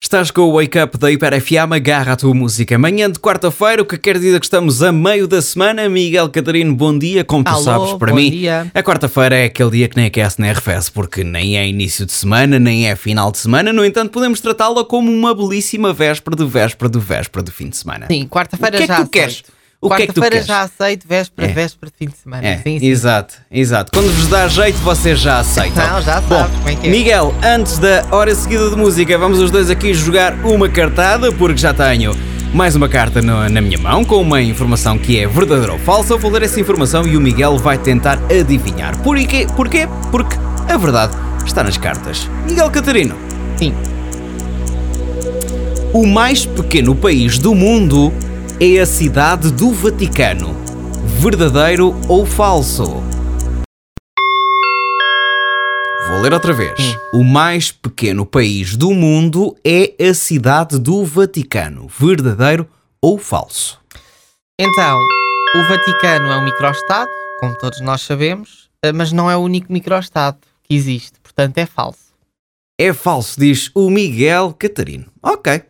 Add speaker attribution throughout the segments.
Speaker 1: Estás com o Wake Up da Hiper FM, agarra a tua música. Manhã de quarta-feira, o que quer dizer que estamos a meio da semana. Miguel Catarino, bom dia. Como tu
Speaker 2: Alô,
Speaker 1: sabes, para
Speaker 2: bom
Speaker 1: mim,
Speaker 2: dia.
Speaker 1: a quarta-feira é aquele dia que nem aquece nem arrefece, porque nem é início de semana, nem é final de semana. No entanto, podemos tratá-la como uma belíssima véspera de véspera de véspera de fim de semana.
Speaker 2: Sim, quarta-feira
Speaker 1: O que é
Speaker 2: já
Speaker 1: que tu
Speaker 2: aceito.
Speaker 1: queres? O que é que tu
Speaker 2: quarta-feira
Speaker 1: queres?
Speaker 2: já aceito, véspera,
Speaker 1: É.
Speaker 2: véspera de fim de semana.
Speaker 1: É,
Speaker 2: sim, sim.
Speaker 1: exato, exato. Quando vos dá jeito, vocês já aceitam.
Speaker 2: Não, já
Speaker 1: Bom,
Speaker 2: sabes como é que é.
Speaker 1: Miguel, antes da hora seguida de música, vamos os dois aqui jogar uma cartada, porque já tenho mais uma carta na- na minha mão com uma informação que é verdadeira ou falsa. Eu vou ler essa informação e o Miguel vai tentar adivinhar. Porquê? Porquê? Porque a verdade está nas cartas. Miguel Catarino,
Speaker 2: Sim.
Speaker 1: o mais pequeno país do mundo é a cidade do Vaticano. Verdadeiro ou falso? Vou ler outra vez. O mais pequeno país do mundo é a cidade do Vaticano. Verdadeiro ou falso?
Speaker 2: Então, o Vaticano é um microestado, como todos nós sabemos, eh, mas não é o único microestado que existe, portanto é falso.
Speaker 1: É falso, diz o Miguel Catarino. Ok.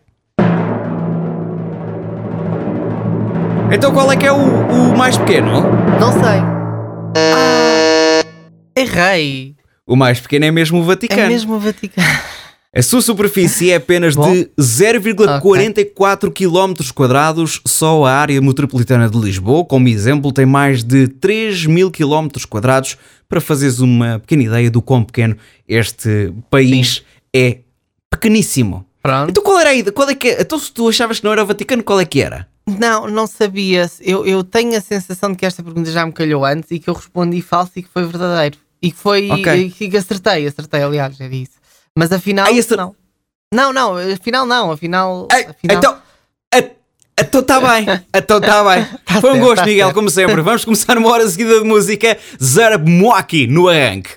Speaker 1: Então qual é que é o, o mais pequeno?
Speaker 2: Não sei. Ah, Errei.
Speaker 1: O mais pequeno é mesmo o Vaticano.
Speaker 2: É mesmo o Vaticano.
Speaker 1: A sua superfície é apenas
Speaker 2: Bom.
Speaker 1: de 0,44 km quadrados, só a área metropolitana de Lisboa, como exemplo, tem mais de 3 mil km quadrados, para fazeres uma pequena ideia do quão pequeno este país é pequeníssimo.
Speaker 2: Pronto.
Speaker 1: Então qual era a ideia? Qual é que é? Então se tu achavas que não era o Vaticano, qual é que era?
Speaker 2: Não, não sabia. Eu, eu tenho a sensação de que esta pergunta já me calhou antes e que eu respondi falso e que foi verdadeiro. E que foi.
Speaker 1: Ok.
Speaker 2: e que acertei, acertei, aliás, era isso. Mas afinal.
Speaker 1: Ai, acer-
Speaker 2: Não. não, não, afinal não, afinal.
Speaker 1: Ei,
Speaker 2: afinal
Speaker 1: Então... a- Então está bem, então está bem. Foi um
Speaker 2: certo,
Speaker 1: gosto,
Speaker 2: tá
Speaker 1: Miguel,
Speaker 2: certo.
Speaker 1: como sempre. Vamos começar uma hora seguida de música. Zarab Moaki no arranque.